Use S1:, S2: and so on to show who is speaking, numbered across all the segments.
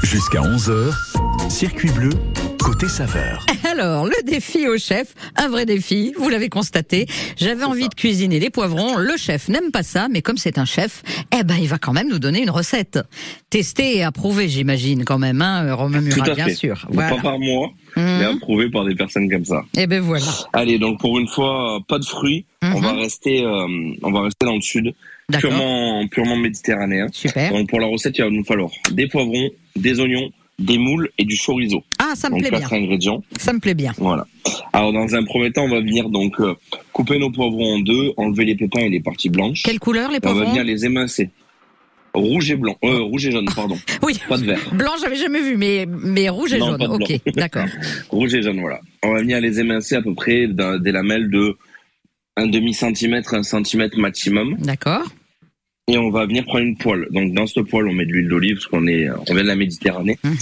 S1: Jusqu'à 11h, circuit bleu, côté saveur.
S2: Alors, le défi au chef, un vrai défi, vous l'avez constaté. J'avais envie de cuisiner les poivrons, le chef n'aime pas ça, mais comme c'est un chef, eh ben il va quand même nous donner une recette. Testée et approuvée, j'imagine quand même, hein, euh, Romain
S3: Tout
S2: Murat,
S3: à
S2: bien
S3: fait.
S2: sûr.
S3: Pas par moi, mais
S2: Mmh.
S3: approuvé par des personnes comme ça.
S2: Eh ben voilà.
S3: Allez, donc pour une fois, euh, pas de fruits. On
S2: Mhm.
S3: va rester, euh, on va rester dans le sud,
S2: D'accord.
S3: purement, purement méditerranéen.
S2: Super.
S3: Donc pour la recette, il va nous falloir des poivrons, des oignons, des moules et du chorizo.
S2: Ah, ça me
S3: donc
S2: plaît bien.
S3: quatre ingrédients.
S2: Ça me plaît bien.
S3: Voilà. Alors dans un premier temps, on va venir donc euh, couper nos poivrons en deux, enlever les pépins et les parties blanches.
S2: Quelle couleur les
S3: Et on va
S2: poivrons
S3: venir les émincer. Rouge et blanc, euh, rouge et jaune, pardon,
S2: Oui.
S3: pas de vert.
S2: Blanc, j'avais jamais vu, mais, mais rouge et
S3: Non,
S2: jaune.
S3: pas de blanc.
S2: Ok, d'accord.
S3: Rouge et jaune, voilà. On va venir les émincer à peu près d'un- des lamelles de un demi centimètre, un centimètre maximum,
S2: D'accord.
S3: et on va venir prendre une poêle. Donc dans cette poêle, on met de l'huile d'olive parce qu'on est, on vient de la Méditerranée,
S2: Mhm.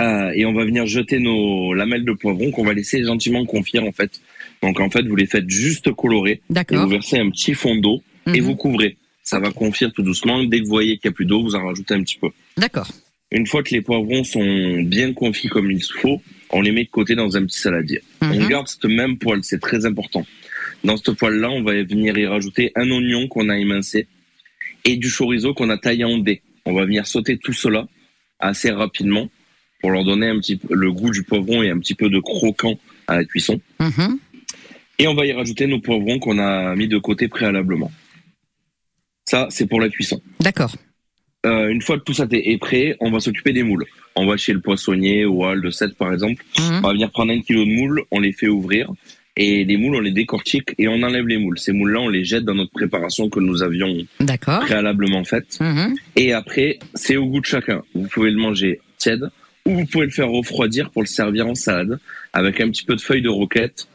S3: Euh, et on va venir jeter nos lamelles de poivron qu'on va laisser gentiment confire en fait. Donc en fait, vous les faites juste colorer et
S2: D'accord.
S3: vous versez un petit fond d'eau
S2: Mhm.
S3: et vous couvrez. Ça va confire tout doucement. Dès que vous voyez qu'il n'y a plus d'eau, vous en rajoutez un petit peu.
S2: D'accord.
S3: Une fois que les poivrons sont bien confits comme il se faut, on les met de côté dans un petit saladier. On
S2: Mhm.
S3: garde cette même poêle, c'est très important. Dans cette poêle-là, on va venir y rajouter un oignon qu'on a émincé et du chorizo qu'on a taillé en dés. On va venir sauter tout cela assez rapidement pour leur donner un petit peu le goût du poivron et un petit peu de croquant à la cuisson.
S2: Mhm.
S3: Et on va y rajouter nos poivrons qu'on a mis de côté préalablement. Ça, c'est pour la cuisson.
S2: D'accord.
S3: Euh, une fois que tout ça est prêt, on va s'occuper des moules. On va chez le poissonnier ou à le 7 par exemple.
S2: Mhm.
S3: On va venir prendre un kilo de moules, on les fait ouvrir. Et les moules, on les décortique et on enlève les moules. Ces moules-là, on les jette dans notre préparation que nous avions
S2: D'accord.
S3: préalablement faite.
S2: Mhm.
S3: Et après, c'est au goût de chacun. Vous pouvez le manger tiède ou vous pouvez le faire refroidir pour le servir en salade avec un petit peu de feuilles de roquette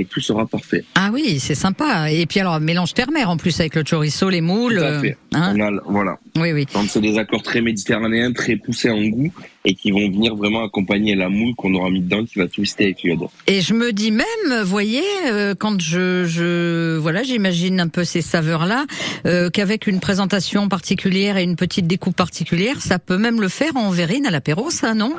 S3: et tout sera parfait.
S2: Ah oui, c'est sympa. Et puis alors, mélange terre-mer en plus avec le chorizo, les moules.
S3: Tout à
S2: euh,
S3: fait.
S2: hein.
S3: On a le- voilà.
S2: oui, oui.
S3: Donc c'est des accords très méditerranéens, très poussés en goût et qui vont venir vraiment accompagner la moule qu'on aura mis dedans qui va twister avec l'odeur.
S2: Et je me dis même, voyez, euh, quand je, je voilà, j'imagine un peu ces saveurs-là, euh, qu'avec une présentation particulière et une petite découpe particulière, ça peut même le faire en verrine à l'apéro, ça, non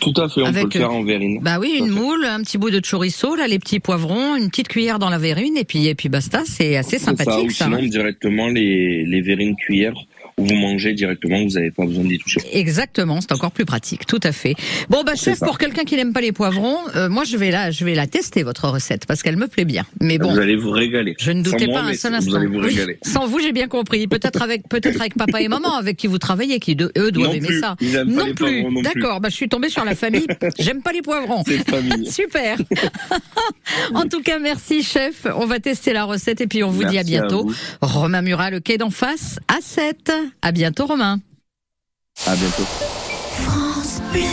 S3: Tout à fait, on
S2: Avec,
S3: peut le faire en verrine.
S2: Bah oui, une
S3: Tout à fait.
S2: moule, un petit bout de chorizo, là, les petits poivrons, une petite cuillère dans la verrine, et puis et puis basta. C'est assez
S3: C'est ça, ou
S2: sympathique ça.
S3: sinon
S2: hein.
S3: directement les, les verrines cuillères où vous mangez directement, vous n'avez pas besoin d'y toucher.
S2: Exactement, c'est encore plus pratique, tout à fait. Bon bah
S3: C'est
S2: chef,
S3: ça.
S2: pour quelqu'un qui n'aime pas les poivrons, euh, moi je vais là, je vais la tester votre recette parce qu'elle me plaît bien. Mais bon,
S3: Vous allez vous régaler.
S2: Je ne doutais
S3: Sans moi,
S2: pas un
S3: mais
S2: seul
S3: vous
S2: instant.
S3: allez vous
S2: Oui,
S3: régaler.
S2: Sans vous, j'ai bien compris. Peut-être avec, peut-être avec papa et maman, avec qui vous travaillez, qui de- eux doivent
S3: non
S2: aimer
S3: plus,
S2: ça.
S3: ils aiment pas
S2: Non
S3: les
S2: plus.
S3: poivrons non plus.
S2: D'accord. Bah, je suis tombée sur la famille. J'aime pas les poivrons.
S3: C'est de famille.
S2: Super. en tout cas, merci chef. On va tester la recette et puis on vous dit à
S3: Merci
S2: bientôt.
S3: vous.
S2: Romain Murat, le quai d'en face, à 7. À bientôt Romain.
S3: À bientôt.